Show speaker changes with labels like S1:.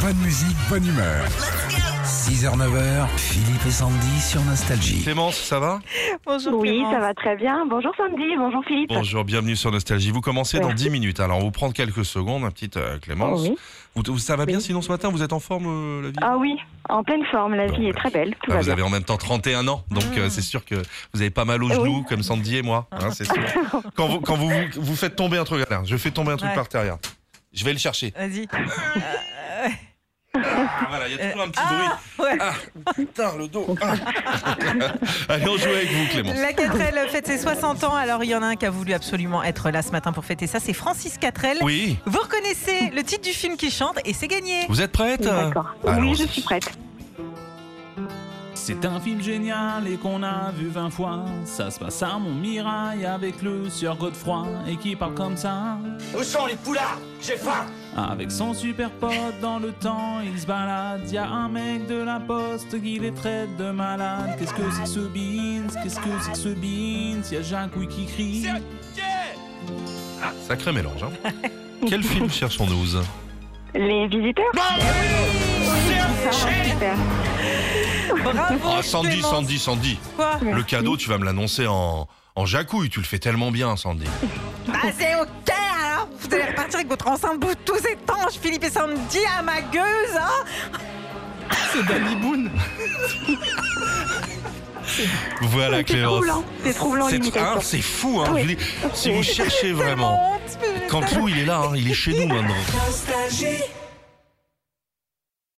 S1: Bonne musique, bonne humeur. 6h, 9h, Philippe et Sandy sur Nostalgie.
S2: Clémence, ça va
S3: Bonjour.
S4: Oui,
S3: Clémence.
S4: ça va très bien. Bonjour Sandy, bonjour Philippe.
S2: Bonjour, bienvenue sur Nostalgie. Vous commencez dans
S4: Merci.
S2: 10 minutes, hein. alors on vous prend quelques secondes, ma petite euh, Clémence.
S4: Oui.
S2: Vous, vous- ça va bien
S4: Oui.
S2: sinon ce matin Vous êtes en forme, euh, la vie
S4: Ah oui, en pleine forme, la
S2: Bon,
S4: vie
S2: ouais.
S4: est très belle, tout
S2: Ah,
S4: va
S2: Vous
S4: bien.
S2: avez en même temps 31 ans, donc euh, c'est sûr que vous avez pas mal aux
S4: Eh oui. Ah.
S2: genoux, comme Sandy et moi. hein, c'est sûr. quand vous, quand vous, vous- vous faites tomber un truc, regarde, je fais tomber un truc
S3: Ouais.
S2: par terre, regarde. Je vais le chercher.
S3: Vas-y.
S2: Ah, voilà, il
S4: Euh,
S2: y a toujours un petit
S3: Ah, ouais.
S2: bruit. Putain, le dos. Ah. Allez, on joue avec vous, Clémence.
S3: ah, La Catrel fête ses 60 ans, alors il y en a un qui a voulu absolument être là ce matin pour fêter ça, c'est Francis Catrel.
S2: Oui,
S3: Vous reconnaissez le titre du film qui chante et c'est gagné.
S2: vous êtes prête
S4: Oui, D'accord.
S2: Allons-y.
S4: Oui, je suis prête.
S5: C'est un film génial et qu'on a vu 20 fois. Ça se passe à Montmirail avec le sieur Godefroy et qui parle comme ça.
S6: Où sont les poulards J'ai faim
S5: Avec son super pote dans le temps, il se balade. Y a un mec de la poste qui les traite de malades. Qu'est-ce que c'est que ce beans Qu'est-ce que c'est que ce beans Y a Jacques qui crie.
S2: Sacré mélange. hein. Quel film cherchons-nous
S4: Les visiteurs
S2: Bah,
S4: Ah, super.
S3: Bravo.
S2: Ah, Sandy,
S3: Clémence.
S2: Sandy, Sandy.
S3: Quoi
S2: Le cadeau, tu vas me l'annoncer en, en jacouille. Tu le fais tellement bien, Sandy.
S3: Ah, c'est ok alors Vous allez repartir avec votre enceinte Bluetooth étanche, Philippe et Sandy à ma gueuse, hein
S2: C'est Danny Boone. voilà,
S4: C'est
S2: Clémence.
S4: troublant, c'est troublant
S2: C'est ah,
S4: l'imitation.
S2: c'est fou, hein.
S4: Ah oui.
S2: Je dis, si vous cherchez
S3: Tellement
S2: vraiment.
S3: honte, mais-
S2: hein, Quand Lou, il est là, hein, il est chez nous maintenant.